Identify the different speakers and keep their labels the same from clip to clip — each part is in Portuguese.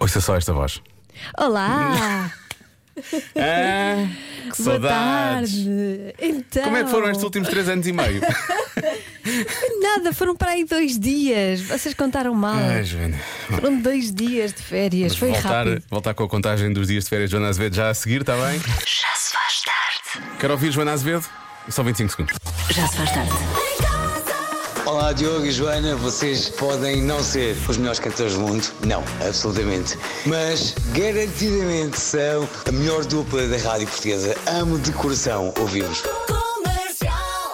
Speaker 1: Ouça só esta voz.
Speaker 2: Olá!
Speaker 1: Ah, que
Speaker 2: Boa
Speaker 1: saudades.
Speaker 2: tarde! Então,
Speaker 1: Como é que foram estes últimos três anos e meio?
Speaker 2: Nada, foram para aí dois dias. Vocês contaram mal.
Speaker 1: Ai, Joana.
Speaker 2: Foram dois dias de férias.
Speaker 1: Vamos
Speaker 2: Foi
Speaker 1: voltar,
Speaker 2: rápido.
Speaker 1: voltar com a contagem dos dias de férias de Joana Azevedo já a seguir, está bem?
Speaker 3: Já se faz tarde.
Speaker 1: Quero ouvir Joana Azevedo? Só 25 segundos.
Speaker 3: Já se faz tarde.
Speaker 4: Olá Diogo e Joana, vocês podem não ser os melhores cantores do mundo, não, absolutamente, mas garantidamente são a melhor dupla da rádio portuguesa. Amo de coração ouvir-vos.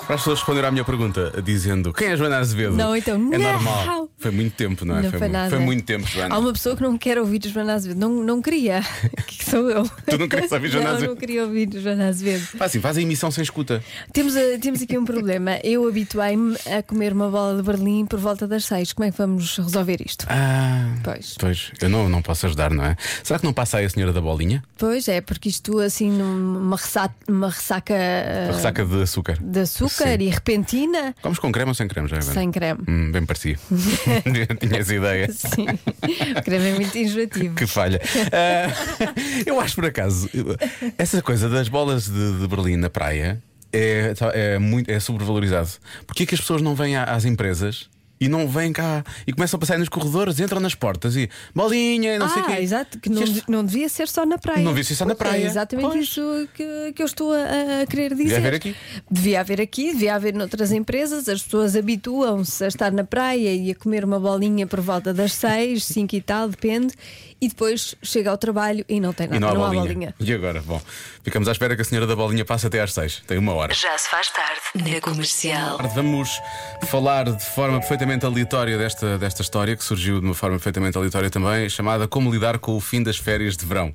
Speaker 1: Para as pessoas responderam à minha pergunta dizendo quem é Joana Azevedo?
Speaker 2: Não, então,
Speaker 1: É
Speaker 2: não.
Speaker 1: normal. Foi muito tempo, não é?
Speaker 2: Não foi,
Speaker 1: muito,
Speaker 2: nada.
Speaker 1: foi muito tempo, Joana.
Speaker 2: Há uma pessoa que não quer ouvir Joana Azevedo. Não, não queria. Que sou eu.
Speaker 1: Tu não queres ouvir Joana
Speaker 2: não,
Speaker 1: Azevedo?
Speaker 2: não queria ouvir Joana Azevedo.
Speaker 1: Faz assim, faz a emissão sem escuta.
Speaker 2: Temos, eh, temos aqui um problema. Eu habituei-me a comer uma bola de Berlim por volta das seis. Como é que vamos resolver isto?
Speaker 1: Ah.
Speaker 2: Pois.
Speaker 1: Pois, eu não, não posso ajudar, não é? Será que não passa aí a senhora da bolinha?
Speaker 2: Pois é, porque isto assim numa ressaca, uma ressaca eh,
Speaker 1: A ressaca de açúcar.
Speaker 2: de açúcar e repentina.
Speaker 1: Comes com creme ou sem creme, já agora?
Speaker 2: Sem creme.
Speaker 1: Hum, bem parecia. Tinha essa ideia.
Speaker 2: Sim. O creme é muito enjoativo.
Speaker 1: Que falha. Ah, eu acho por acaso, eu- essa coisa das bolas de, de Berlim na praia é, é, muito, é sobrevalorizado. Porquê que as pessoas não vêm à- às empresas? E não vêm cá e começam a passar nos corredores, entram nas portas e bolinha, e não sei o
Speaker 2: ah,
Speaker 1: quê.
Speaker 2: exato, que não,
Speaker 1: as-
Speaker 2: não devia ser só na praia.
Speaker 1: Não devia ser só na
Speaker 2: Pois,
Speaker 1: praia.
Speaker 2: É exatamente
Speaker 1: Pois.
Speaker 2: isso que, que eu estou a, a querer dizer.
Speaker 1: haver aqui.
Speaker 2: Devia haver aqui, devia haver noutras empresas. As pessoas habituam-se a estar na praia e a comer uma bolinha por volta das seis, cinco e tal, depende. E depois chega ao trabalho e não tem nada,
Speaker 1: E não há,
Speaker 2: há
Speaker 1: bolinha.
Speaker 2: bolinha.
Speaker 1: E agora? Bom, ficamos à espera que a senhora da bolinha passe até às seis. Tem uma hora.
Speaker 3: Já se faz tarde. Na comercial.
Speaker 1: Vamos falar de forma perfeitamente aleatória desta, desta história, que surgiu de uma forma perfeitamente aleatória também, chamada Como Lidar com o Fim das Férias de Verão.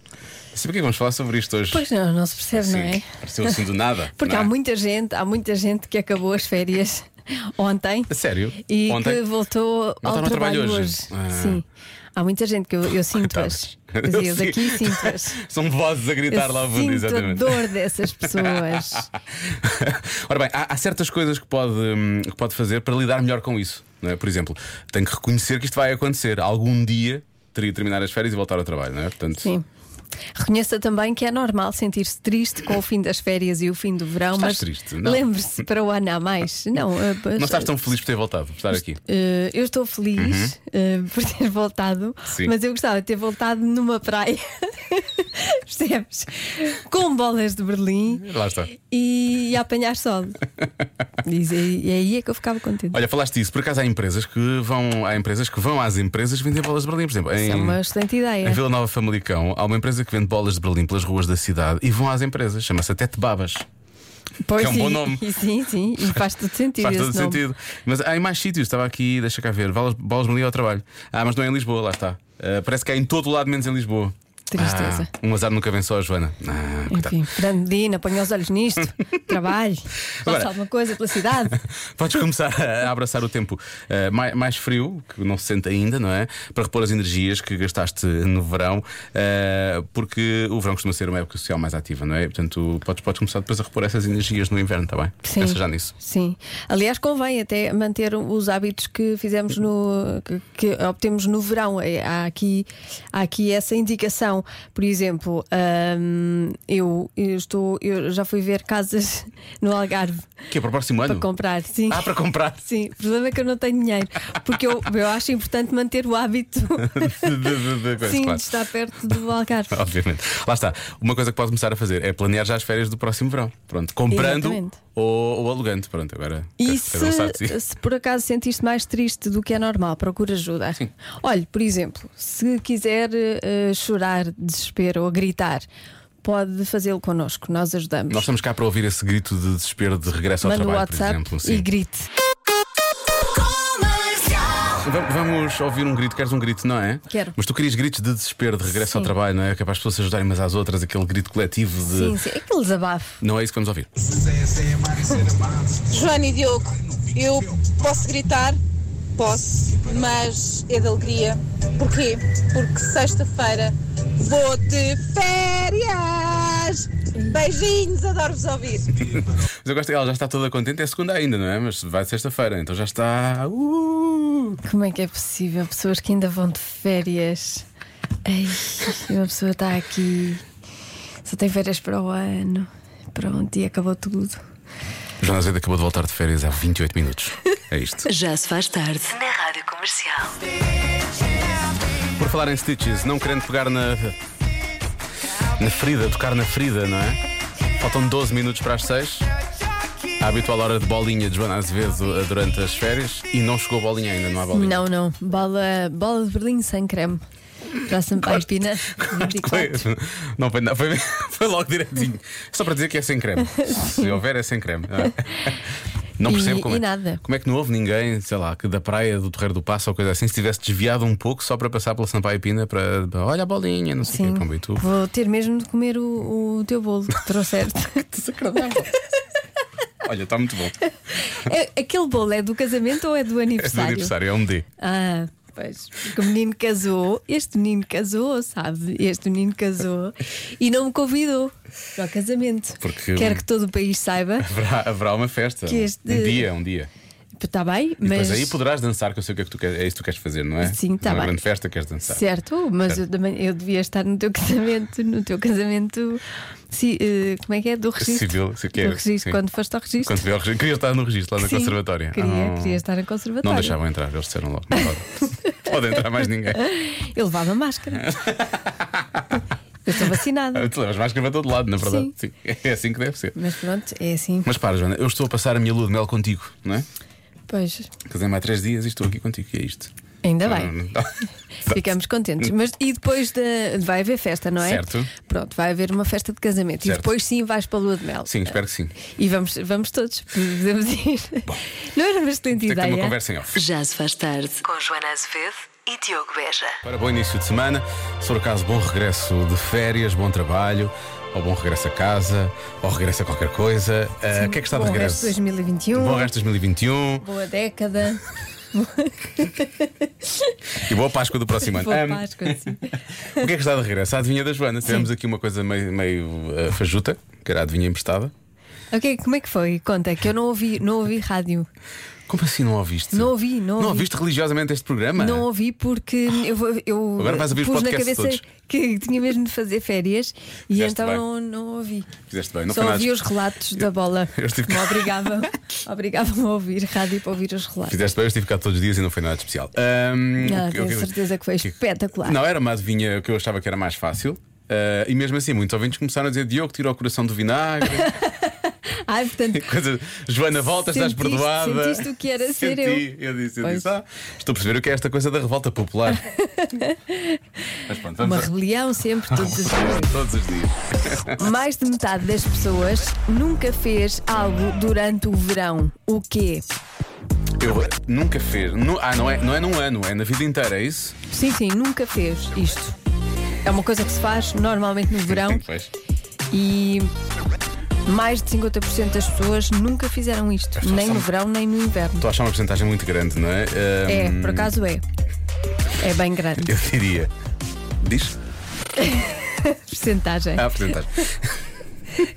Speaker 1: Sabe o que é que vamos falar sobre isto hoje?
Speaker 2: Pois não, não se percebe,
Speaker 1: Sim,
Speaker 2: não é?
Speaker 1: Pareceu assim do nada.
Speaker 2: Porque
Speaker 1: não é?
Speaker 2: há muita gente, há muita gente que acabou as férias ontem.
Speaker 1: A sério?
Speaker 2: E
Speaker 1: Ontem?
Speaker 2: que voltou
Speaker 1: Voltaram
Speaker 2: ao trabalho hoje.
Speaker 1: Ah. então,
Speaker 2: Sim. Há muita gente que eu, eu sinto-as.
Speaker 1: Coitadas.
Speaker 2: Eu daqui
Speaker 1: sei.
Speaker 2: sinto-as.
Speaker 1: São vozes a gritar lá ao
Speaker 2: eu
Speaker 1: fundo,
Speaker 2: sinto a
Speaker 1: exatamente.
Speaker 2: dor dessas pessoas.
Speaker 1: Ora bem, há, há certas coisas que pode, hum, que pode fazer para lidar melhor com isso. não é? Por exemplo, tem que reconhecer que isto vai acontecer. Algum dia teria de terminar as férias e voltar ao trabalho, não é? Portanto,
Speaker 2: Sim. Reconheça também que é normal sentir-se triste com o fim das férias e o fim do verão,
Speaker 1: Estás
Speaker 2: mas
Speaker 1: triste? Não.
Speaker 2: lembre-se para o ano há mais. Não, eh,
Speaker 1: não estás tão feliz por ter voltado, por estar aqui.
Speaker 2: eh, eu estou feliz eh, por ter voltado,
Speaker 1: Sim.
Speaker 2: mas eu gostava de ter voltado numa praia, percebes? Com bolas de Berlim
Speaker 1: Lá está.
Speaker 2: e, a apanhar sol. Diz, e, e aí é que eu ficava contente.
Speaker 1: Olha, falaste disso, por acaso há empresas que vão, há empresas que vão às empresas vender bolas de Berlim, por exemplo.
Speaker 2: Isso é
Speaker 1: em-
Speaker 2: uma excelente ideia.
Speaker 1: Em Vila Nova Famalicão, há uma empresa que vende bolas de Berlim pelas ruas da cidade e vão às empresas, chama-se Tete Babas.
Speaker 2: Pois
Speaker 1: é um
Speaker 2: sim,
Speaker 1: bom nome.
Speaker 2: E, sim, sim, e faz todo sentido.
Speaker 1: Faz todo
Speaker 2: esse nome.
Speaker 1: sentido. Mas há em mais sítios, estava aqui, deixa cá ver, bolas, bolas de Berlim ao trabalho. Ah, mas não é em Lisboa, lá está. Ah, parece que há em todo o lado, menos em Lisboa.
Speaker 2: Tristeza.
Speaker 1: Ah, um azar nunca venceu a Joana. Ah, coitado.
Speaker 2: Enfim, Brandina, ponha os olhos nisto, trabalhe,
Speaker 1: Agora-
Speaker 2: faça alguma coisa pela cidade.
Speaker 1: Podes começar a abraçar o tempo eh, mai- mais frio, que não se sente ainda, não é? Para repor as energias que gastaste no verão, eh, porque o verão costuma ser uma época social mais ativa, não é? Portanto, podes, podes começar depois a repor essas energias no inverno, está bem?
Speaker 2: Sim.
Speaker 1: Pensa já nisso.
Speaker 2: Sim. Aliás, convém até manter os hábitos que fizemos no que, que obtemos no verão. É, Há aqui, há aqui essa indicação. Por exemplo, hum, eu, eu estou, eu já fui ver casas no Algarve
Speaker 1: Que é para o próximo ano?
Speaker 2: para comprar. Sim.
Speaker 1: Ah, para comprar
Speaker 2: Sim, o problema é que eu não tenho dinheiro, porque eu, eu acho importante manter o hábito
Speaker 1: de, de- de coisa,
Speaker 2: sim,
Speaker 1: claro.
Speaker 2: de estar perto do Algarve.
Speaker 1: Obviamente. Lá está. Uma coisa que pode começar a fazer é planear já as férias do próximo verão. Pronto, comprando
Speaker 2: Exatamente.
Speaker 1: ou, ou alugando. Pronto, agora.
Speaker 2: E
Speaker 1: cada um sabe de si.
Speaker 2: se, se por acaso sentiste mais triste do que é normal, procura ajuda.
Speaker 1: Sim.
Speaker 2: Olhe, por exemplo, se quiser eh, chorar de desespero ou gritar, pode fazê-lo connosco, nós ajudamos.
Speaker 1: Nós estamos cá para ouvir esse grito de desespero de regresso ao
Speaker 2: Manda o
Speaker 1: trabalho,
Speaker 2: WhatsApp
Speaker 1: por exemplo.
Speaker 2: e
Speaker 1: Sim.
Speaker 2: grite.
Speaker 1: Va- Vamos ouvir um grito, queres um grito, não é?
Speaker 2: Quero.
Speaker 1: Mas tu querias gritos de desespero, de regresso ao
Speaker 2: Sim.
Speaker 1: trabalho, não é? Que é para as pessoas se ajudarem umas às outras, aquele grito coletivo de.
Speaker 2: Sim, sim, aquele desabafo.
Speaker 1: Não é isso que vamos ouvir.
Speaker 5: Joana e Diogo, eu posso gritar? Posso, mas é de alegria. Porquê? Porque sexta-feira vou de férias! Beijinhos, adoro-vos ouvir!
Speaker 1: Mas eu gosto, ela já está toda contente, é segunda ainda, não é? Mas vai sexta-feira, então já está. Uh!
Speaker 2: Como é que é possível? Pessoas que ainda vão de férias. Ei, uma pessoa está aqui, só tem férias para o ano. Pronto, e acabou tudo.
Speaker 1: Joana Azevedo acabou de voltar de férias há 28 minutos. É isto.
Speaker 3: Já se faz tarde na Rádio Comercial.
Speaker 1: Por falar em Stitches, não querendo pegar na. na ferida, tocar na ferida, não é? Faltam 12 minutos para as 6. A habitual hora de bolinha de Joana Azevedo eh, durante as férias e não chegou bolinha ainda, não há bolinha.
Speaker 2: Não, não, bola, bola de Berlim sem creme. Para sempre a pina.
Speaker 1: Foi- Não foi, nada, foi, foi logo direitinho. Só para dizer que é sem creme. Se houver, é sem creme. Não
Speaker 2: E-
Speaker 1: percebo como,
Speaker 2: e
Speaker 1: é,
Speaker 2: nada.
Speaker 1: como é que não houve ninguém, sei lá, que da praia do Terreiro do Passo ou coisa assim, se tivesse desviado um pouco só para passar pela Sampaio Pina para, para, olha a bolinha, não sei o
Speaker 2: Sim,
Speaker 1: que, pomba, e tu.
Speaker 2: vou ter mesmo de comer o, o teu bolo que trouxeste.
Speaker 1: Desagradável. Olha, está muito bom.
Speaker 2: É- Aquele bolo é do casamento ou é do
Speaker 1: É do
Speaker 2: aniversário?
Speaker 1: aniversário, é um D.
Speaker 2: Ah, pois. Porque o menino casou, este menino casou, sabe? Este menino casou e não me convidou para o casamento.
Speaker 1: Porque- um
Speaker 2: Quero que todo o país saiba.
Speaker 1: Haverá, haverá uma festa.
Speaker 2: Que este-
Speaker 1: Um dia, um dia.
Speaker 2: Está tá bem,
Speaker 1: E
Speaker 2: mas.
Speaker 1: depois aí poderás dançar, que eu sei o que é que tu queres, é isso que tu queres fazer, não é?
Speaker 2: Sim, tá
Speaker 1: Uma
Speaker 2: bem.
Speaker 1: grande festa, queres dançar.
Speaker 2: Certo, mas eu também eu devia estar no teu casamento, no teu casamento. ci- eh, como é que é? Do registro.
Speaker 1: Civil, se quer,
Speaker 2: Do registro,
Speaker 1: sim.
Speaker 2: quando foste ao registro.
Speaker 1: Quando veio ao registro, queria estar no registro lá na
Speaker 2: Sim,
Speaker 1: conservatória.
Speaker 2: Queria,
Speaker 1: Ah,
Speaker 2: queria estar na conservatória.
Speaker 1: Não deixavam entrar, eles disseram logo. Não pode. pode entrar mais ninguém.
Speaker 2: Eu levava máscara. eu sou vacinada.
Speaker 1: Ah, Tu levas máscara para todo lado, na verdade.
Speaker 2: Sim.
Speaker 1: Sim, É assim que deve ser.
Speaker 2: Mas pronto, é assim.
Speaker 1: Mas para, Joana, eu estou a passar a minha lua de mel contigo, não é?
Speaker 2: Pois,
Speaker 1: Casei-me há três dias e estou aqui contigo, e é isto. Ah,
Speaker 2: ainda
Speaker 1: Não,
Speaker 2: Tá bem.
Speaker 1: não dá.
Speaker 2: Ficamos contentes. Mas e depois da vai haver festa, não é?
Speaker 1: Hum. Certo.
Speaker 2: Pronto, vai haver uma festa de casamento. E
Speaker 1: Certo.
Speaker 2: depois sim vais para a lua de mel.
Speaker 1: Sim, espero que sim. é
Speaker 2: E vamos, vamos todos. Podemos ir. Não era uma excelente
Speaker 1: Tem que ter
Speaker 2: ideia.
Speaker 1: uma conversa em off.
Speaker 3: Já se faz tarde com Joana Azevedo e Diogo Beja.
Speaker 1: Para bom início de semana, se for o caso, bom regresso de férias, bom trabalho, ou bom regresso a casa, ou regresso a qualquer coisa. Ah, O que é que está de
Speaker 2: Bom
Speaker 1: regresso?
Speaker 2: resto de 2021.
Speaker 1: Bom resto de 2021
Speaker 2: Boa década.
Speaker 1: e boa Páscoa do próximo ano.
Speaker 2: Boa
Speaker 1: Ah,
Speaker 2: Páscoa. Assim.
Speaker 1: O que é que está de regresso? A adivinha da Joana. Tivemos aqui uma coisa meio, meio, uh, fajuta, que era a adivinha emprestada.
Speaker 2: ok, como é que foi? Conta, que eu não ouvi, não ouvi rádio.
Speaker 1: Como assim não ouviste?
Speaker 2: Não ouvi, não ouvi.
Speaker 1: ouviste religiosamente este programa?
Speaker 2: Não ouvi porque eu, vou- eu
Speaker 1: é? Agora vais ouvir os
Speaker 2: pus na
Speaker 1: podcasts
Speaker 2: cabeça
Speaker 1: todos.
Speaker 2: que tinha mesmo de fazer férias e
Speaker 1: Fizeste
Speaker 2: então
Speaker 1: bem.
Speaker 2: não, não ouvi.
Speaker 1: Fizeste bem, não
Speaker 2: Só
Speaker 1: foi nada.
Speaker 2: ouvi os relatos da bola.
Speaker 1: eu estive
Speaker 2: Me
Speaker 1: cá.
Speaker 2: obrigavam, obrigavam a ouvir rádio para ouvir os relatos.
Speaker 1: Fizeste bem, eu estive cá todos os dias e não foi nada de especial. Ahm,
Speaker 2: Não,
Speaker 1: o que- o
Speaker 2: tenho
Speaker 1: que-
Speaker 2: certeza que foi espetacular.
Speaker 1: Não, era uma adivinha que eu achava que era mais fácil. Ah, e mesmo assim, muitos ouvintes começaram a dizer Diogo tirou o coração do vinagre.
Speaker 2: Ai, portanto,
Speaker 1: coisa, Joana, volta, estás
Speaker 2: Sentiste-
Speaker 1: perdoada.
Speaker 2: sentiste o que era ser
Speaker 1: Senti, eu. disse, eu
Speaker 2: Pois.
Speaker 1: disse, ah, estou a perceber o que é esta coisa da revolta popular. Mas pronto, vamos
Speaker 2: uma
Speaker 1: a-
Speaker 2: rebelião sempre, todos os dias.
Speaker 1: todos os dias.
Speaker 2: Mais de metade das pessoas nunca fez algo durante o verão. O quê?
Speaker 1: Eu nunca fez. Nu- ah, não é, não é num ano, é na vida inteira, é isso?
Speaker 2: Sim, sim, nunca fez isto. É uma coisa que se faz normalmente no verão
Speaker 1: Pois.
Speaker 2: e mais de 50% das pessoas nunca fizeram isto,
Speaker 1: É
Speaker 2: nem no verão nem no inverno.
Speaker 1: Estou a achar uma porcentagem muito grande, não é? Ahm,
Speaker 2: É, por acaso é. É bem grande
Speaker 1: Eu diria. Diz?
Speaker 2: a percentagem.
Speaker 1: Ah, porcentagem.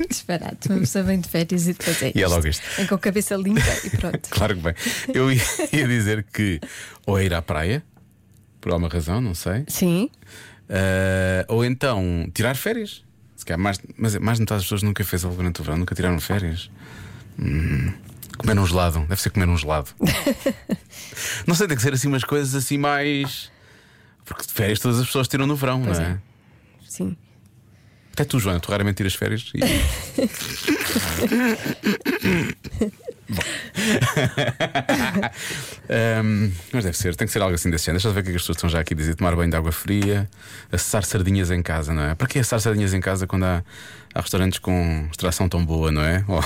Speaker 2: Disparado. Uma pessoa vem de férias e depois é
Speaker 1: E é
Speaker 2: isto.
Speaker 1: logo isto.
Speaker 2: Vem com a cabeça limpa e pronto.
Speaker 1: Claro que bem. Eu ia, ia dizer que ou é ir à praia, por alguma razão, não sei.
Speaker 2: Sim,
Speaker 1: ah, ou então tirar férias. Se calhar mais, mas é, mais de metade das pessoas nunca fez algo durante o verão, nunca tiraram férias. Hum, comer um gelado, deve ser comer um gelado. não sei, tem que ser assim umas coisas assim mais. Porque de férias todas as pessoas tiram no verão,
Speaker 2: Pois
Speaker 1: não
Speaker 2: é.
Speaker 1: é?
Speaker 2: sim.
Speaker 1: Até tu, Joana, tu raramente tiras férias. E... Bom. Ahm, mas deve ser, tem que ser algo assim desse género. Deixa eu ver o que é que as pessoas estão já aqui a dizer: tomar banho de água fria, assar sardinhas em casa, não é? Para que assar sardinhas em casa quando há, há restaurantes com extração tão boa, não é? Ou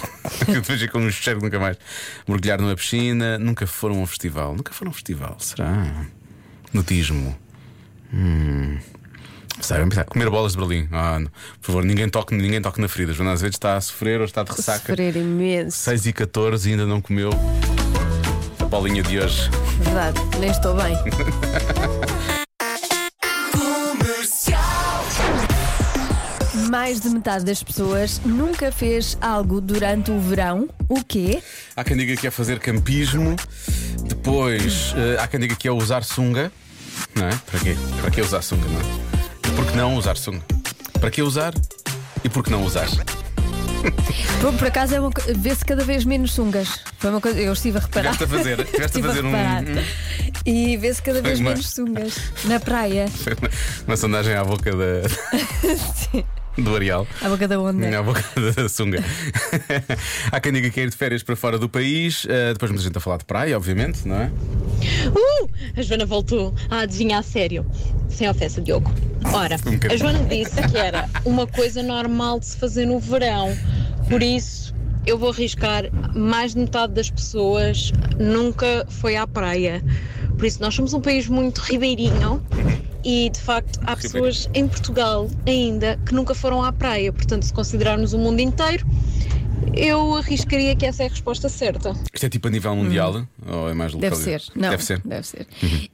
Speaker 1: depois fica com um cheiro que nunca mais. Mergulhar numa piscina, nunca foram a um festival. Nunca foram a um festival, será? Notismo. Sabe, vamos pensar, comer bolas de Berlim. Ah, não. Por favor, ninguém toque, ninguém toque na ferida. Joana às vezes está a sofrer ou está de ressaca.
Speaker 2: Sofrer imenso.
Speaker 1: 6 e 14 e ainda não comeu a bolinha de hoje.
Speaker 2: Verdade, nem estou bem. Mais de metade das pessoas nunca fez algo durante o verão. O quê?
Speaker 1: Há quem diga que é fazer campismo, depois eh, há quem diga que é usar sunga. Não é? Para quê? Para que usar sunga, não é? Por que não usar sunga? Para que usar? E por que não usar?
Speaker 2: Por, por acaso é uma co- vê-se cada vez menos sungas. Foi uma coisa, eu estive a reparar.
Speaker 1: Tiveste a fazer- tiveste a
Speaker 2: Estive
Speaker 1: fazer um-
Speaker 2: reparar.
Speaker 1: um-
Speaker 2: E vê-se cada vez
Speaker 1: uma-
Speaker 2: menos sungas na praia,
Speaker 1: Foi uma, uma sondagem à boca da. Do Arial.
Speaker 2: à boca da onda.
Speaker 1: À boca da sunga. Há quem diga que é ir de férias para fora do país. eh, depois muita gente a falar de praia, obviamente, não é?
Speaker 6: Uh! A Joana voltou a adivinhar a sério. Sem ofensa, Diogo. Ora,
Speaker 1: bocadinho.
Speaker 6: a Joana disse que era uma coisa normal de se fazer no verão. Por isso, eu vou arriscar, mais de metade das pessoas nunca foi à praia. Por isso, nós somos um país muito ribeirinho e, de facto, há pessoas em Portugal ainda que nunca foram à praia. Portanto, se considerarmos o mundo inteiro, eu arriscaria que essa é a resposta certa.
Speaker 1: Isto é tipo a nível mundial ou é mais local?
Speaker 2: Hum. Deve ser, não.
Speaker 1: Deve ser. Uhum.
Speaker 2: Deve ser.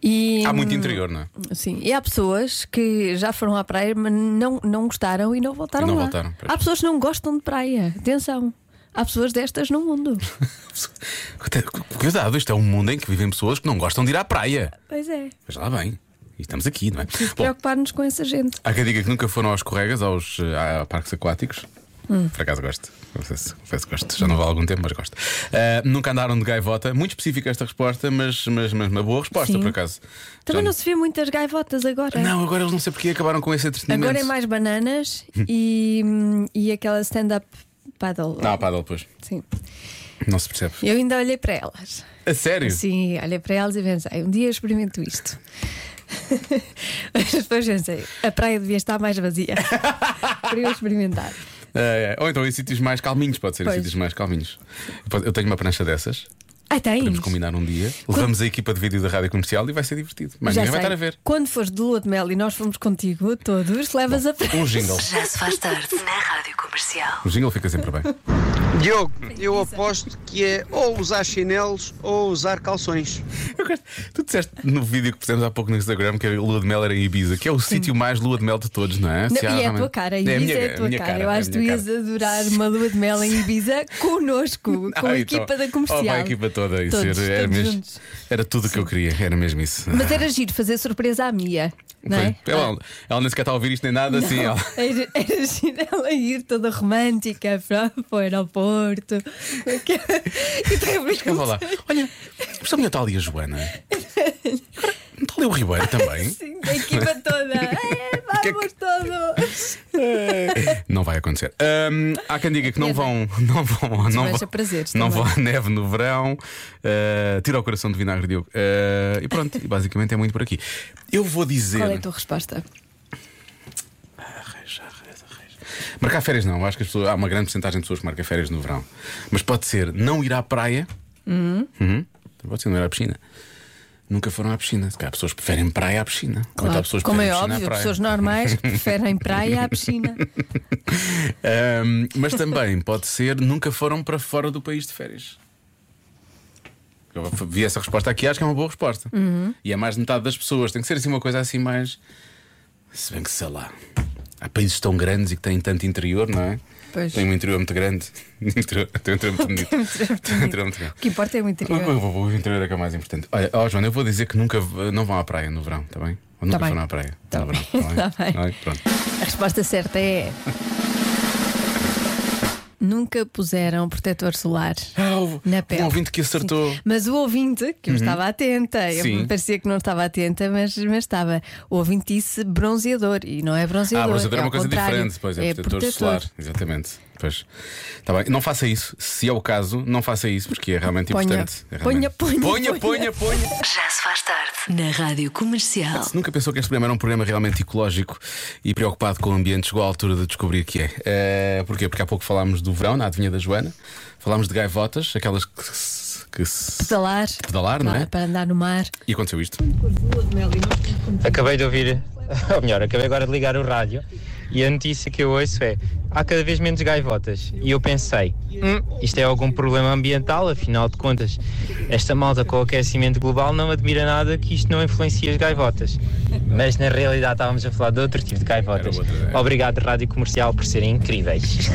Speaker 2: E, hum,
Speaker 1: Há muito interior, não é?
Speaker 2: Sim, e há pessoas que já foram à praia, mas não, não gostaram e não voltaram
Speaker 1: Não
Speaker 2: lá.
Speaker 1: voltaram, pois.
Speaker 2: há pessoas que não gostam de praia. Atenção, há pessoas destas no mundo.
Speaker 1: Cuidado, isto é um mundo em que vivem pessoas que não gostam de ir à praia.
Speaker 2: Pois é,
Speaker 1: Mas lá bem. E estamos aqui, não é? Bom,
Speaker 2: preocupar-nos com essa gente.
Speaker 1: há quem diga que nunca foram aos corregas, aos eh, a parques aquáticos.
Speaker 2: Hum.
Speaker 1: Por acaso gosto. Confesso, confesso que gosto. Já não vou há algum tempo, mas gosto. Ah, nunca andaram de gaivota. Muito específica esta resposta, mas, mas, mas uma boa resposta,
Speaker 2: Sim.
Speaker 1: por acaso.
Speaker 2: Também
Speaker 1: Já-
Speaker 2: não se vê muitas gaivotas agora.
Speaker 1: Não, agora eles não sei porque é acabaram com esse entretenimento.
Speaker 2: Agora é mais bananas e, hum, e aquela stand-up paddle.
Speaker 1: Não, pá, depois.
Speaker 2: Sim.
Speaker 1: Não se percebe.
Speaker 2: Eu ainda olhei para elas.
Speaker 1: A sério?
Speaker 2: Sim, olhei para elas e pensei, um dia experimento isto. Mas depois pensei, a praia devia estar mais vazia para eu experimentar.
Speaker 1: Ah, é. Ou então em sítios mais calminhos, pode ser em
Speaker 2: Pois.
Speaker 1: sítios mais calminhos. Eu tenho uma prancha dessas.
Speaker 2: Ah, tens?
Speaker 1: Podemos combinar um dia. Levamos a equipa de vídeo da rádio comercial e vai ser divertido. Mas
Speaker 2: Já
Speaker 1: ninguém vai
Speaker 2: sei.
Speaker 1: estar a ver.
Speaker 2: Quando fores de lua de mel e nós fomos contigo, todos, levas a praia.
Speaker 1: Um jingle.
Speaker 3: Já se faz tarde na Rádio Comercial.
Speaker 1: O jingle fica sempre bem.
Speaker 7: Diogo, eu aposto que é ou usar chinelos ou usar calções.
Speaker 1: Eu gosto. Tu disseste no vídeo que pusemos há pouco no Instagram que a lua de mel era em Ibiza, que é o sítio mais lua de mel de todos, não é?
Speaker 2: Não,
Speaker 1: Se há
Speaker 2: e é a
Speaker 1: realmente-
Speaker 2: tua cara, e
Speaker 1: a
Speaker 2: isso
Speaker 1: minha-
Speaker 2: é a tua
Speaker 1: minha
Speaker 2: cara. Eu acho que
Speaker 1: é a
Speaker 2: tu
Speaker 1: minha
Speaker 2: ias adorar uma lua de mel em Ibiza connosco, com
Speaker 1: Ah,
Speaker 2: a
Speaker 1: então.
Speaker 2: equipa da
Speaker 1: Oh,
Speaker 2: comercial.
Speaker 1: vai, a equipa toda. Isso
Speaker 2: Todos,
Speaker 1: era, era
Speaker 2: todos
Speaker 1: mesmo-
Speaker 2: juntos.
Speaker 1: era tudo o que eu queria, era mesmo isso.
Speaker 2: Mas era giro fazer surpresa à Mia, não é?
Speaker 1: Foi. ela, ela nem sequer está a ouvir isto nem nada, assim. Ela...
Speaker 2: Era, era giro ela ir toda romântica para, para o aeroporto. E de repente.
Speaker 1: Eu vou lá. Olha, mas também está ali a Joana. Agora, Não está ali o Ribeiro também.
Speaker 2: Sim, a equipa toda. É, vamos todos!
Speaker 1: Não vai acontecer. Hum, há quem diga que não
Speaker 2: Neve.
Speaker 1: vão. Não vão. Não
Speaker 2: Desmancha
Speaker 1: vão,
Speaker 2: prazeres
Speaker 1: não
Speaker 2: também.
Speaker 1: vão à neve no verão. Uh, tira o coração de vinagre, Diogo. Uh, e pronto, e basicamente é muito por aqui. Eu vou dizer. Ah,
Speaker 2: Qual é a tua resposta?
Speaker 1: Arranja, arranja, arranja. Marcar férias não, acho que as pessoas- há uma grande porcentagem de pessoas que marca férias no verão. Mas pode ser não ir à praia,
Speaker 2: Hum.
Speaker 1: Uhum. pode ser não ir à piscina. Nunca foram à piscina. Se calhar pessoas que preferem praia à piscina. Ou então pessoas que
Speaker 2: Como é
Speaker 1: preferem piscina à
Speaker 2: óbvio,
Speaker 1: praia.
Speaker 2: pessoas normais que preferem praia à piscina.
Speaker 1: Ahm, mas também pode ser nunca foram para fora do país de férias. Eu vi essa resposta aqui, acho que é uma boa resposta.
Speaker 2: Uhum.
Speaker 1: E é mais de metade das pessoas. Tem que ser assim uma coisa assim mais. Se bem que sei lá. Há países tão grandes e que têm tanto interior, não é?
Speaker 2: Pois.
Speaker 1: Tem um interior muito grande. Interior- Tem um interior muito bonito.
Speaker 2: Tem
Speaker 1: Tem
Speaker 2: um interior muito
Speaker 1: um interior muito grande.
Speaker 2: O que importa é o
Speaker 1: O,
Speaker 2: interior.
Speaker 1: o, o interior é que é o mais importante. Olha, ó, Joana, eu vou dizer que nunca v- não vão à praia no verão, está bem? Ou nunca
Speaker 2: bem.
Speaker 1: foram à praia.
Speaker 2: Tá
Speaker 1: no
Speaker 2: bem.
Speaker 1: verão,
Speaker 2: Tá bem.
Speaker 1: é? Pronto.
Speaker 2: A resposta certa é. Nunca puseram protetor solar
Speaker 1: Ah, houve
Speaker 2: na pele.
Speaker 1: Um ouvinte que acertou. Uhum.
Speaker 2: Sim. Mas o ouvinte, que eu estava atenta, eu
Speaker 1: Sim.
Speaker 2: me parecia que não estava atenta, mas, mas estava. O ouvinte disse bronzeador e não é bronzeador.
Speaker 1: Ah, bronzeador é
Speaker 2: ao
Speaker 1: uma coisa
Speaker 2: contrário,
Speaker 1: diferente, pois é, protetor, solar, exatamente. Pois. Tá bem, não faça isso, se é o caso, não faça isso, porque é realmente
Speaker 2: Ponha.
Speaker 1: importante. É realmente-
Speaker 2: Ponha, ponha,
Speaker 1: ponha, ponha, ponha.
Speaker 3: Já se faz tarde na Rádio Comercial.
Speaker 1: Se nunca pensou que este programa era um programa realmente ecológico e preocupado com o ambiente, chegou à altura de descobrir que é. Eh, porquê? Porque há pouco falámos do verão, na adivinha da Joana, falámos de gaivotas, aquelas que se. que se-
Speaker 2: Pedalar.
Speaker 1: Pedalar, não é?
Speaker 2: Para- Para andar no mar.
Speaker 1: E aconteceu isto.
Speaker 8: Acabei de ouvir, ou melhor, acabei agora de ligar o rádio e a notícia que eu ouço é há cada vez menos gaivotas. E eu pensei, hum, isto é algum problema ambiental, afinal de contas, esta malta com o aquecimento global não admira nada que isto não influencie as gaivotas. Mas na realidade estávamos a falar de outro tipo de gaivotas.
Speaker 1: Era outra, é. era.
Speaker 8: Obrigado, Rádio Comercial, por serem incríveis.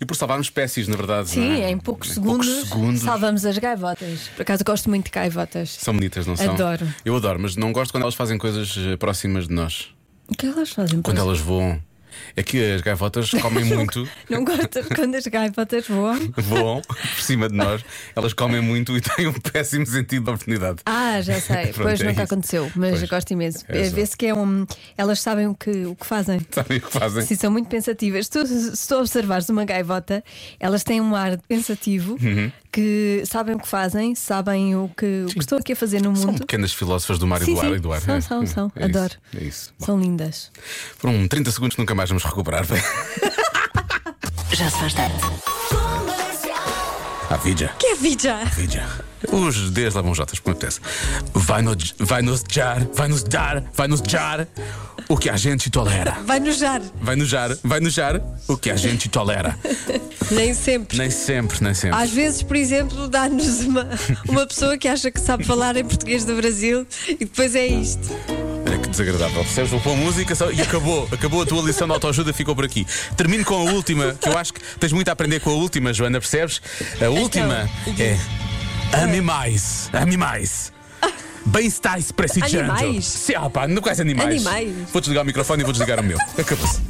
Speaker 1: E por salvarmos espécies, na verdade. não
Speaker 2: Sim,
Speaker 1: é?
Speaker 2: em poucos
Speaker 1: Em
Speaker 2: segundos,
Speaker 1: segundos.
Speaker 2: salvamos as gaivotas. Por acaso gosto muito de gaivotas.
Speaker 1: São bonitas, não são?
Speaker 2: Adoro.
Speaker 1: Eu adoro, mas não gosto quando elas fazem coisas eh, próximas de nós.
Speaker 2: O que é que elas fazem?
Speaker 1: Quando
Speaker 2: pois?
Speaker 1: elas voam. É que as gaivotas comem muito,
Speaker 2: Não gostas quando as gaivotas voam?
Speaker 1: voam por cima de nós, elas comem muito e têm um péssimo sentido de oportunidade.
Speaker 2: Ah, já sei.
Speaker 1: Pronto,
Speaker 2: pois
Speaker 1: é
Speaker 2: nunca
Speaker 1: isso.
Speaker 2: aconteceu, mas
Speaker 1: Pois.
Speaker 2: gosto imenso.
Speaker 1: É só.
Speaker 2: Vê-se que é um. Elas sabem o que, o que fazem.
Speaker 1: Sabem o que fazem?
Speaker 2: Sim, são muito pensativas. Se tu, se tu observares uma gaivota, elas têm um ar pensativo
Speaker 1: Uhum.
Speaker 2: que sabem o que fazem, sabem o que, o que estão aqui a fazer no
Speaker 1: São
Speaker 2: mundo.
Speaker 1: pequenas filósofas do mar e
Speaker 2: Sim,
Speaker 1: do ar.
Speaker 2: sim,
Speaker 1: e do ar.
Speaker 2: são,
Speaker 1: É,
Speaker 2: são,
Speaker 1: é,
Speaker 2: são.
Speaker 1: é isso,
Speaker 2: Adoro.
Speaker 1: é isso. Bom,
Speaker 2: São lindas.
Speaker 1: foram 30 segundos, nunca mais vamos recuperar. Bem,
Speaker 3: Já se faz tarde.
Speaker 1: à vida.
Speaker 9: Que é vida?
Speaker 1: Vidja. Os Ds lavam os Js, como acontece. Vai-nos vai -nos jar, vai-nos dar, vai-nos jar o que a gente tolera.
Speaker 9: Vai nojar.
Speaker 1: Vai-nos jar, vai-nos jar o que a gente tolera.
Speaker 9: Nem sempre.
Speaker 1: Nem sempre, nem sempre.
Speaker 9: Às vezes, por exemplo, dá-nos uma, uma pessoa que acha que sabe falar em português do Brasil e depois é isto.
Speaker 1: Olha que desagradável. Percebes? Vou pôr música só- e acabou. Acabou a tua lição de autoajuda, ficou por aqui. Termino com a última, que eu acho que tens muito a aprender com a última, Joana, percebes? A
Speaker 2: Então,
Speaker 1: última é. Ame mais. Ame mais. Bem estáis precisando.
Speaker 9: Animais?
Speaker 1: Sim, ah, pá, não quais animais.
Speaker 9: Animais.
Speaker 1: Vou desligar o microfone e vou desligar o meu. Acabou-se.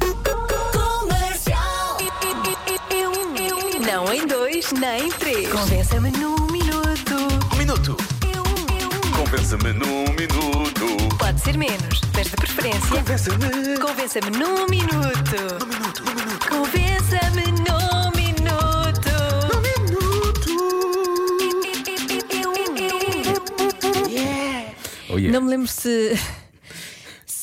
Speaker 3: Não em dois, nem em três. Convença-me num minuto. Um minuto.
Speaker 1: Convença-me num minuto.
Speaker 3: Pode ser menos, mas de preferência. Convença-me. Convença-me num minuto. Num minuto, num minuto. Convença-me num minuto. Num minuto.
Speaker 1: Oh, yeah.
Speaker 2: Não me lembro se.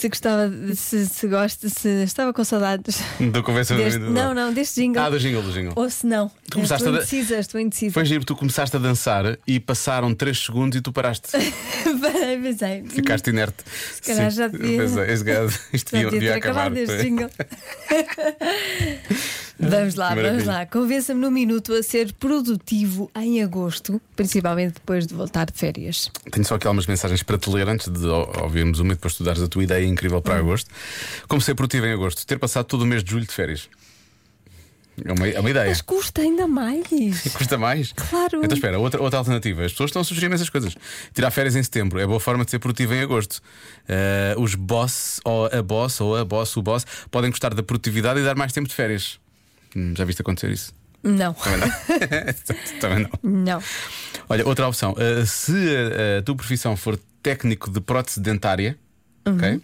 Speaker 2: Se gostava, de- se, se gosta, se estava com saudades.
Speaker 1: Do convença-me num
Speaker 2: deste-
Speaker 1: minuto.
Speaker 2: não, não, deste jingle.
Speaker 1: Ah, do jingle, do jingle.
Speaker 2: Ou se não.
Speaker 1: começaste
Speaker 2: Estou
Speaker 1: a da-
Speaker 2: indecisa, estou indecisa.
Speaker 1: Foi giro, tu começaste a dançar e passaram 3 segundos e tu paraste.
Speaker 2: Parei, pensei. hum,
Speaker 1: Ficaste inerte. Se
Speaker 2: calhar já devia-
Speaker 1: Isto
Speaker 2: Já
Speaker 1: devia, devia
Speaker 2: devia ter
Speaker 1: acabar.
Speaker 2: acabado este jingle. vamos lá, vamos
Speaker 1: Maravilha.
Speaker 2: lá. Convença-me num minuto a ser produtivo em agosto, principalmente depois de voltar de férias.
Speaker 1: Tenho só aqui algumas mensagens para te ler antes de ó- ouvirmos uma e depois estudares a tua ideia incrível
Speaker 2: Hum.
Speaker 1: para agosto. Como ser produtivo em agosto? Ter passado todo o mês de julho de férias. É uma, é uma ideia.
Speaker 2: Mas custa ainda mais.
Speaker 1: Custa mais?
Speaker 2: Claro.
Speaker 1: Então espera, outra, outra alternativa. As pessoas estão a sugerir essas coisas. Tirar férias em setembro é boa forma de ser produtivo em agosto. Ah, os boss, ou a boss, ou a boss, o boss, podem gostar da produtividade e dar mais tempo de férias. Hum, já viste acontecer isso?
Speaker 2: Não,
Speaker 1: Também não. Também não.
Speaker 2: não.
Speaker 1: Olha, outra opção. Uh, se a, a tua profissão for técnico de prótese dentária,
Speaker 2: Uhum.
Speaker 1: ok, uh,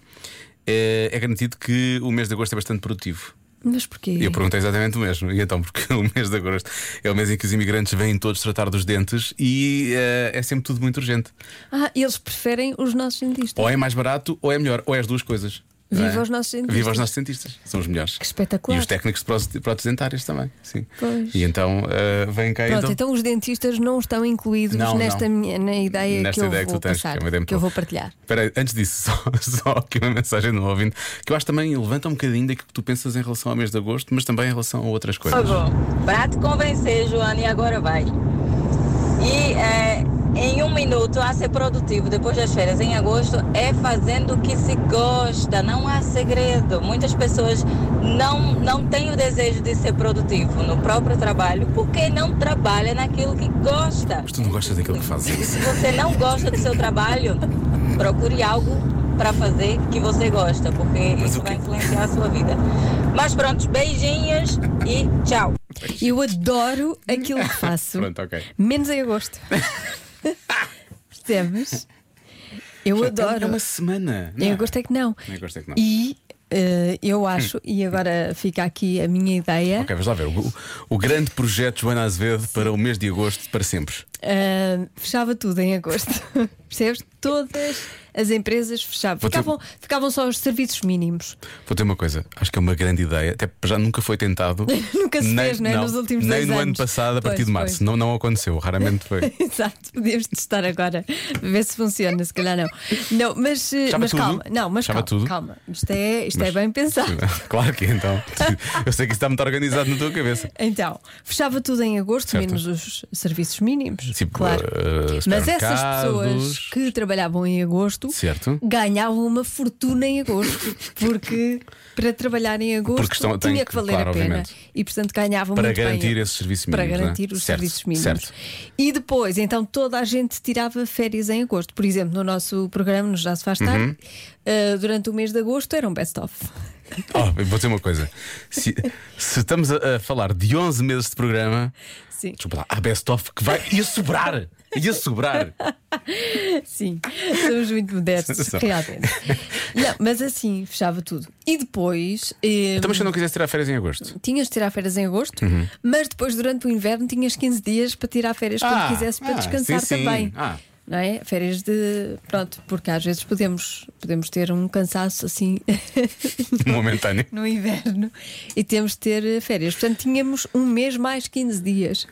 Speaker 1: é garantido que o mês de agosto é bastante produtivo.
Speaker 2: Mas porquê?
Speaker 1: E eu perguntei exatamente o mesmo. E então, porque o mês de agosto é o mês em que os imigrantes vêm todos tratar dos dentes e uh, é sempre tudo muito urgente.
Speaker 2: Ah, eles preferem os nossos dentistas.
Speaker 1: Ou é mais barato ou é melhor, ou é as duas coisas. não é?
Speaker 2: Viva os nossos dentistas.
Speaker 1: Viva os nossos dentistas. São os melhores.
Speaker 2: Que espetacular.
Speaker 1: E os técnicos de prótese- prótese dentárias também. Sim.
Speaker 2: Pois.
Speaker 1: E então, uh, vem cá
Speaker 2: Pronto,
Speaker 1: então.
Speaker 2: então... os dentistas não estão incluídos
Speaker 1: Não,
Speaker 2: nesta
Speaker 1: não.
Speaker 2: minha na ideia
Speaker 1: Nesta
Speaker 2: que eu
Speaker 1: ideia que
Speaker 2: vou
Speaker 1: tu tens,
Speaker 2: passar,
Speaker 1: que é uma ideia muito
Speaker 2: que eu
Speaker 1: boa.
Speaker 2: vou partilhar.
Speaker 1: Espera aí, antes disso, só, só aqui uma mensagem de um ouvinte que eu acho também levanta um bocadinho daquilo que tu pensas em relação ao mês de agosto, mas também em relação a outras coisas.
Speaker 5: Para te convencer, Joana, e agora vai. E é, em um minuto, a ser produtivo depois das férias em agosto é fazendo o que se gosta, não há segredo. Muitas pessoas não, não têm o desejo de ser produtivo no próprio trabalho porque não trabalha naquilo que gosta.
Speaker 1: Mas tu não gostas daquilo que fazes.
Speaker 5: Se você não gosta do seu trabalho, procure algo para fazer que você gosta, porque isso vai influenciar a sua vida. Mas pronto, beijinhos e tchau.
Speaker 2: Eu adoro aquilo que faço.
Speaker 1: Pronto, ok.
Speaker 2: Menos em agosto. Percebes? Eu adoro.
Speaker 1: É uma semana.
Speaker 2: Em
Speaker 1: Não.
Speaker 2: agosto é que não.
Speaker 1: Em agosto é que não. Hum.
Speaker 2: E eh, eu acho, e agora fica aqui a minha ideia.
Speaker 1: Ok, vamos lá ver. O, o grande projeto Joana Azevedo para o mês de agosto, para sempre.
Speaker 2: Ah, fechava tudo em agosto. Percebes? Todas as empresas fechavam.
Speaker 1: Vou ter-
Speaker 2: Ficavam, ficavam só os serviços mínimos.
Speaker 1: Vou ter uma coisa, acho que é uma grande ideia, até porque já nunca foi tentado.
Speaker 2: Nunca se fez, não é? Nos últimos
Speaker 1: Nem
Speaker 2: dois
Speaker 1: no ano
Speaker 2: anos.
Speaker 1: passado, a partir
Speaker 2: Pois,
Speaker 1: de março.
Speaker 2: pois.
Speaker 1: Não, não aconteceu, raramente foi.
Speaker 2: Exato, podemos testar agora, ver se funciona, se calhar não. Não, mas, eh,
Speaker 1: Fechava
Speaker 2: mas
Speaker 1: tudo?
Speaker 2: calma, não, mas
Speaker 1: Fechava
Speaker 2: calma,
Speaker 1: tudo?
Speaker 2: calma. Isto é, isto
Speaker 1: Mas-
Speaker 2: é bem pensado.
Speaker 1: claro que então. Eu sei que isso está muito organizado na tua cabeça.
Speaker 2: Então, fechava tudo em agosto,
Speaker 1: Certo.
Speaker 2: menos os serviços mínimos.
Speaker 1: Tipo,
Speaker 2: claro.
Speaker 1: eh,
Speaker 2: Mas essas pessoas
Speaker 1: supermercados.
Speaker 2: que trabalhavam em agosto
Speaker 1: Certo.
Speaker 2: ganhavam uma fortuna em agosto, porque para trabalhar em agosto
Speaker 1: Porque estão- tem
Speaker 2: tinha
Speaker 1: que-
Speaker 2: que valer
Speaker 1: claro,
Speaker 2: a pena.
Speaker 1: obviamente.
Speaker 2: E portanto ganhavam
Speaker 1: Para
Speaker 2: muito
Speaker 1: garantir
Speaker 2: bem.
Speaker 1: esses serviços
Speaker 2: Para
Speaker 1: mínimos,
Speaker 2: garantir
Speaker 1: não é?
Speaker 2: os
Speaker 1: Certo,
Speaker 2: serviços mínimos.
Speaker 1: certo.
Speaker 2: E depois, então, toda a gente tirava férias em agosto. Por exemplo, no nosso programa, no Já Se Faz Tarde,
Speaker 1: Uhum.
Speaker 2: eh, durante o mês de agosto era um best-of.
Speaker 1: Oh, eu vou dizer uma coisa. Se, se estamos a, a falar de 11 meses de programa,
Speaker 2: Sim.
Speaker 1: desculpa lá, há best-of que vai. ia sobrar! Ia sobrar!
Speaker 2: Sim, somos muito modestos,
Speaker 1: Só.
Speaker 2: realmente. Não, mas assim, fechava tudo. E depois. eh,
Speaker 1: Então, mas Uhum. se eu não quisesse tirar férias em agosto.
Speaker 2: Tinhas de tirar férias em agosto, mas depois, durante o inverno, tinhas 15 dias para tirar férias quando
Speaker 1: Ah,
Speaker 2: quisesse para
Speaker 1: ah,
Speaker 2: descansar
Speaker 1: sim, sim.
Speaker 2: também.
Speaker 1: Ah.
Speaker 2: Não é? Férias de. Pronto, porque às vezes podemos, podemos ter um cansaço assim
Speaker 1: Momentâneo.
Speaker 2: no inverno e temos de ter eh, férias. Portanto, tínhamos um mês mais 15 dias.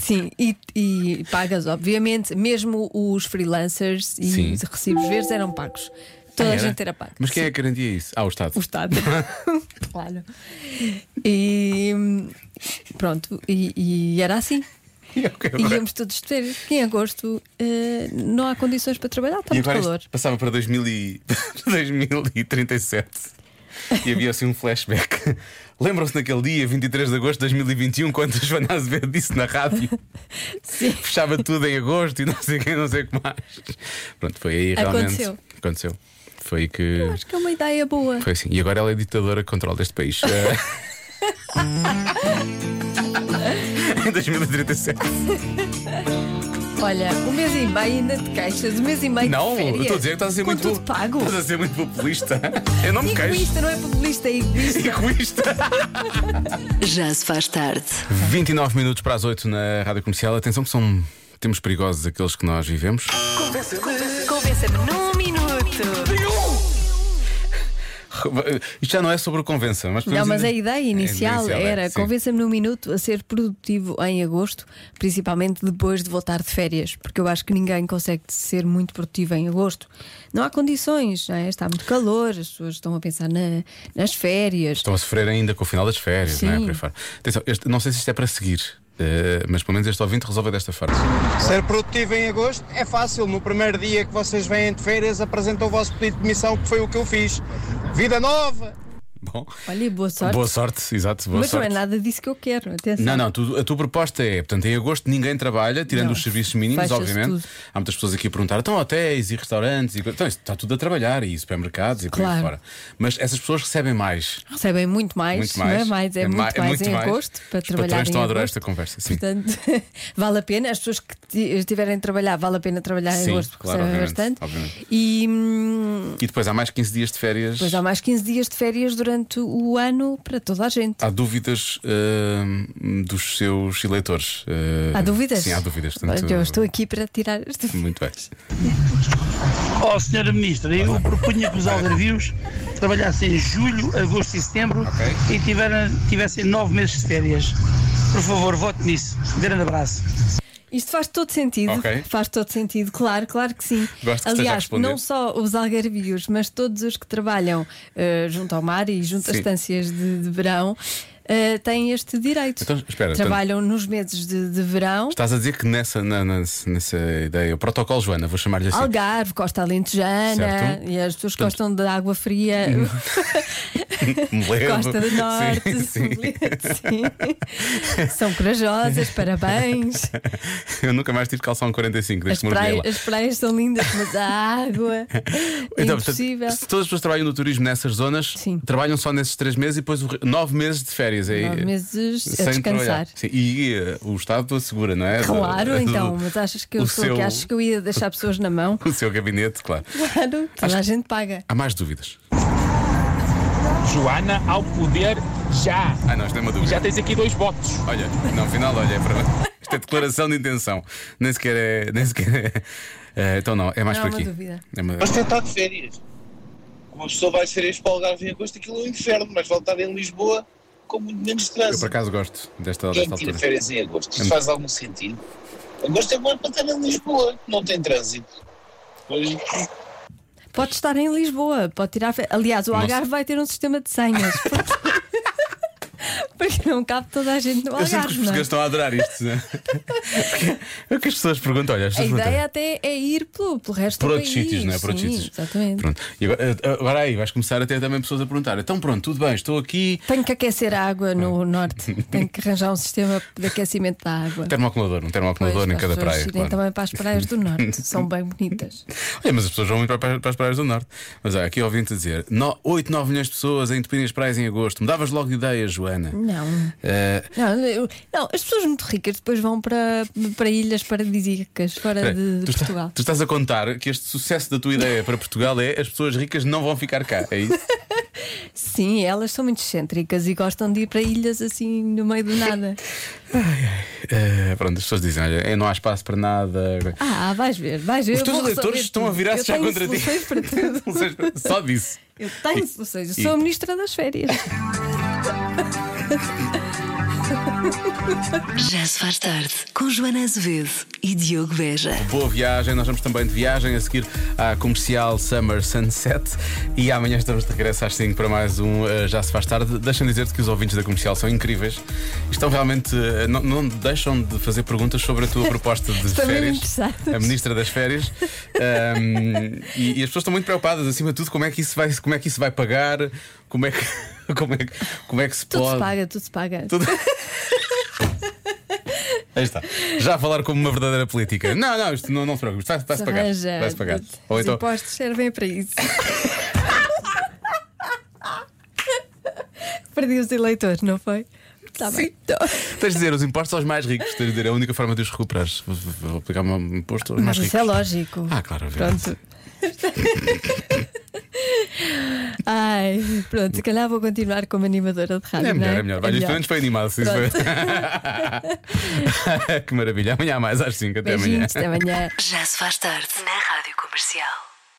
Speaker 2: Sim, e, e pagas, obviamente, mesmo os freelancers e
Speaker 1: Sim.
Speaker 2: os recibos verdes eram pagos. Toda
Speaker 1: Ah,
Speaker 2: a
Speaker 1: era?
Speaker 2: gente era paga.
Speaker 1: Mas quem é que garantia isso? Ah, o Estado.
Speaker 2: O Estado. claro. E hum, pronto, e, e era assim.
Speaker 1: E é agora-
Speaker 2: E é íamos todos de férias. E Em agosto eh, não há condições para trabalhar, está
Speaker 1: E
Speaker 2: muito
Speaker 1: agora
Speaker 2: calor.
Speaker 1: isto passava para 2000 e- 2037 e havia assim um flashback. Lembram-se daquele dia, 23 de agosto de 2021, quando a Joana Azevedo disse na rádio
Speaker 2: Sim.
Speaker 1: fechava tudo em agosto e não sei quem, não sei o que mais. Pronto, foi aí realmente.
Speaker 2: Aconteceu.
Speaker 1: Aconteceu. Foi aí que.
Speaker 2: Acho que é uma ideia boa.
Speaker 1: Foi assim. E agora ela é ditadora que controla este país. Eh, em 2037.
Speaker 2: Olha, um mês e meio ainda te queixas, um mês e meio
Speaker 1: Não,
Speaker 2: de
Speaker 1: eu
Speaker 2: férias.
Speaker 1: estou a dizer que estás a ser
Speaker 2: Com
Speaker 1: muito.
Speaker 2: tudo pago.
Speaker 1: Estás a ser muito populista. Eu não me queixo.
Speaker 2: Egoísta, não é populista, é egoísta.
Speaker 1: Egoísta.
Speaker 3: Já se faz tarde.
Speaker 1: 29 minutos para as 8 na Rádio Comercial. Atenção que são temos perigosos aqueles que nós vivemos.
Speaker 3: Convença-me num minuto.
Speaker 1: Isto já não é sobre o convença, mas
Speaker 2: Não,
Speaker 1: podemos
Speaker 2: mas a
Speaker 1: ainda-
Speaker 2: ideia inicial,
Speaker 1: é,
Speaker 2: era
Speaker 1: sim.
Speaker 2: convença-me num minuto a ser produtivo em agosto, principalmente depois de voltar de férias, porque eu acho que ninguém consegue ser muito produtivo em agosto. Não há condições, não é? está muito calor, as pessoas estão a pensar na- nas férias.
Speaker 1: Estão a sofrer ainda com o final das férias,
Speaker 2: Sim.
Speaker 1: não é? Por aí fora. Atenção, este- não sei se isto é para seguir, eh, mas pelo menos este ouvinte resolve desta forma.
Speaker 10: Ser produtivo em agosto é fácil. No primeiro dia que vocês vêm de férias, apresentam o vosso pedido de missão, que foi o que eu fiz. Vida nova!
Speaker 1: Bom,
Speaker 2: Olha, e boa sorte.
Speaker 1: boa sorte, exato, boa
Speaker 2: mas
Speaker 1: sorte.
Speaker 2: não é nada disso que eu quero, atenção.
Speaker 1: Não, não, tu- a tua proposta é, portanto, em agosto ninguém trabalha, tirando
Speaker 2: Não,
Speaker 1: os serviços mínimos,
Speaker 2: fecha-se
Speaker 1: obviamente.
Speaker 2: tudo.
Speaker 1: Há muitas pessoas aqui a perguntar: estão hotéis e restaurantes e co- então, isto está tudo a trabalhar e supermercados e por aí
Speaker 2: Claro.
Speaker 1: fora. Mas essas pessoas recebem mais.
Speaker 2: Recebem muito mais,
Speaker 1: Muito
Speaker 2: não
Speaker 1: mais.
Speaker 2: é mais, é,
Speaker 1: É
Speaker 2: muito
Speaker 1: ma-
Speaker 2: mais,
Speaker 1: é muito
Speaker 2: em
Speaker 1: mais.
Speaker 2: agosto para
Speaker 1: Os
Speaker 2: trabalhar.
Speaker 1: patrões
Speaker 2: em
Speaker 1: estão a adorar
Speaker 2: agosto.
Speaker 1: esta conversa, sim.
Speaker 2: Portanto, vale a pena. As pessoas que ti- estiverem a trabalhar, vale a pena trabalhar
Speaker 1: Sim,
Speaker 2: em agosto, porque
Speaker 1: claro,
Speaker 2: recebem
Speaker 1: obviamente,
Speaker 2: bastante.
Speaker 1: obviamente.
Speaker 2: E hum,
Speaker 1: E depois há mais 15 dias de férias.
Speaker 2: depois há mais 15 dias de férias durante o ano para toda a gente.
Speaker 1: Há dúvidas ahm, dos seus eleitores. Ah,
Speaker 2: Há dúvidas?
Speaker 1: Sim, há dúvidas. portanto-
Speaker 2: Eu estou aqui para tirar as dúvidas.
Speaker 1: Muito bem.
Speaker 11: Ó, senhora ministra, eu propunha que os algarvios trabalhassem em julho, agosto e setembro e tiveram- tivessem nove meses de férias. Por favor, vote nisso. Grande abraço.
Speaker 2: Isto faz todo sentido.
Speaker 1: Ok.
Speaker 2: Faz todo sentido, claro, claro que sim.
Speaker 1: Gosto que esteja a
Speaker 2: Aliás,
Speaker 1: responder.
Speaker 2: não só os algarvios, mas todos os que trabalham eh, junto ao mar e junto às
Speaker 1: Sim.
Speaker 2: estâncias de, de verão eh, têm este direito.
Speaker 1: Então, espera, então-
Speaker 2: trabalham nos meses de, de verão.
Speaker 1: Estás a dizer que nessa, na- na- nessa ideia, o protocolo Joana, vou chamar-lhe assim.
Speaker 2: Algarve, Costa Alentejana
Speaker 1: Certo.
Speaker 2: e as pessoas gostam de água fria,
Speaker 1: Me lembro.
Speaker 2: Costa do
Speaker 1: Sim,
Speaker 2: Norte,
Speaker 1: sim.
Speaker 2: sim. são corajosas, parabéns.
Speaker 1: Eu nunca mais tive calção 45
Speaker 2: As
Speaker 1: desde que morri
Speaker 2: praias,
Speaker 1: lá.
Speaker 2: as praias são lindas, mas a água é
Speaker 1: Então, portanto,
Speaker 2: impossível.
Speaker 1: se todas as pessoas trabalham no turismo nessas zonas,
Speaker 2: Sim.
Speaker 1: trabalham só nesses três meses e depois o re- nove meses de férias. é-
Speaker 2: Nove meses a
Speaker 1: sem
Speaker 2: descansar.
Speaker 1: trabalhar. Sim, E eh, o Estado assegura, não é?
Speaker 2: Claro,
Speaker 1: Do-
Speaker 2: então, mas achas que eu
Speaker 1: o
Speaker 2: sou
Speaker 1: seu-
Speaker 2: que achas que eu ia deixar pessoas na mão?
Speaker 1: O seu gabinete, claro.
Speaker 2: Claro, toda a gente paga.
Speaker 1: Há mais dúvidas.
Speaker 11: Joana ao poder já.
Speaker 1: Ah, não, isto não é uma dúvida.
Speaker 11: tens aqui dois votos.
Speaker 1: Olha, no final, olha, é para. Isto é declaração de intenção. Nem sequer é. Nem sequer é... eh, então não, é mais
Speaker 2: Não
Speaker 1: por
Speaker 2: há uma
Speaker 1: aqui.
Speaker 2: dúvida.
Speaker 1: É uma-
Speaker 10: Mas tentar de férias. Uma pessoa vai de férias para o Algarve em agosto, aquilo é um inferno, mas voltar em Lisboa com muito menos
Speaker 1: Eu por
Speaker 10: trânsito.
Speaker 1: acaso gosto desta,
Speaker 10: Quem
Speaker 1: desta
Speaker 10: tira
Speaker 1: altura.
Speaker 10: férias em agosto? Isto faz algum sentido? Agosto é bom para estar em Lisboa, que não tem trânsito. Pois,
Speaker 2: Pode estar em Lisboa, pode tirar. fe- Aliás, o Algarve vai ter um sistema de senhas. Porque- porque que não cabe toda a gente no
Speaker 1: Eu sinto que os
Speaker 2: Algarve, não é?
Speaker 1: portugueses estão a adorar isto. né? Porque é o que as pessoas perguntam. Olha, as
Speaker 2: A
Speaker 1: pessoas perguntam.
Speaker 2: ideia até é ir pelo, pelo resto
Speaker 1: Por
Speaker 2: do
Speaker 1: outros
Speaker 2: país.
Speaker 1: sítios, não é? Por outros
Speaker 2: Sim,
Speaker 1: sítios.
Speaker 2: Exatamente.
Speaker 1: Pronto. E agora, eh, agora aí vais começar a ter também pessoas a perguntar: então pronto, tudo bem, estou aqui.
Speaker 2: Tenho que aquecer a água no norte. Tenho que arranjar um sistema de aquecimento da água.
Speaker 1: Termoacumulador, um termoacumulador em
Speaker 2: Pois, para
Speaker 1: cada
Speaker 2: as pessoas
Speaker 1: praia.
Speaker 2: irem
Speaker 1: claro.
Speaker 2: também para as praias do norte. São bem bonitas.
Speaker 1: Olha, mas as pessoas vão muito para, para as praias do Norte. Mas há aqui ouvindo a dizer: 8, 9 milhões de pessoas a entupirem as praias em agosto. Me davas logo ideia, Joana.
Speaker 2: Hum. Não.
Speaker 1: Eh,
Speaker 2: Não, eu- não, as pessoas muito ricas depois vão para, para ilhas paradisíacas fora
Speaker 1: Espera,
Speaker 2: É de, de
Speaker 1: É, tu, está-
Speaker 2: Portugal.
Speaker 1: tu estás a contar que este sucesso da tua ideia para Portugal é as pessoas ricas não vão ficar cá, é isso?
Speaker 2: Sim, elas são muito excêntricas e gostam de ir para ilhas assim no meio do nada.
Speaker 1: Eh, pronto, as pessoas dizem: olha, eh, não há espaço para nada.
Speaker 2: Ah, vais ver, vais ver.
Speaker 1: Os
Speaker 2: eu
Speaker 1: teus
Speaker 2: vou
Speaker 1: eleitores
Speaker 2: resolver
Speaker 1: estão
Speaker 2: tudo.
Speaker 1: a virar-se
Speaker 2: Eu
Speaker 1: já
Speaker 2: tenho
Speaker 1: contra ti.
Speaker 2: soluções para tudo.
Speaker 1: Ou seja, Só disso.
Speaker 2: Eu tenho
Speaker 1: E-
Speaker 2: soluções,
Speaker 1: e-
Speaker 2: eu sou a ministra das férias.
Speaker 3: Já se faz tarde com Joana Azevedo e Diogo Veja.
Speaker 1: Boa viagem, nós vamos também de viagem a seguir à comercial Summer Sunset e amanhã estamos de regresso às 5 para mais um eh, Já Se Faz Tarde. Deixa-me dizer-te que os ouvintes da comercial são incríveis. Estão realmente. eh, não, não deixam de fazer perguntas sobre a tua proposta de
Speaker 2: Estão mesmo
Speaker 1: férias.
Speaker 2: interessados.
Speaker 1: A ministra das férias. Ahm, e, e as pessoas estão muito preocupadas, acima de tudo, como é que isso vai, como é que isso vai pagar, como é que, como é, que- como é que se
Speaker 2: Tudo se
Speaker 1: pode.
Speaker 2: paga, tudo se paga.
Speaker 1: Tudo- Aí está. Já a falar como uma verdadeira política. Não, não, isto não, não se preocupe. Está-se
Speaker 2: Se
Speaker 1: está pagar.
Speaker 2: arranja.
Speaker 1: Vai-se pagar. Ou
Speaker 2: Os
Speaker 1: então,
Speaker 2: impostos servem para isso. Perdi os eleitores, não foi? Tá bem.
Speaker 1: tens de dizer os impostos aos mais ricos. Tens de dizer, é a única forma de os recuperares. Vou- Vou aplicar um imposto aos mais
Speaker 2: Mas
Speaker 1: ricos.
Speaker 2: isso é lógico.
Speaker 1: Ah, claro, obviamente.
Speaker 2: Pronto. Ai, pronto, se calhar vou continuar como animadora de rádio.
Speaker 1: É melhor,
Speaker 2: não
Speaker 1: é melhor. Olha, isto pelo menos foi animado. sim,
Speaker 2: Pronto.
Speaker 1: foi. que maravilha. Amanhã há mais às 5. Até amanhã.
Speaker 2: Beijinhos, até amanhã.
Speaker 3: Já se faz tarde na Rádio Comercial.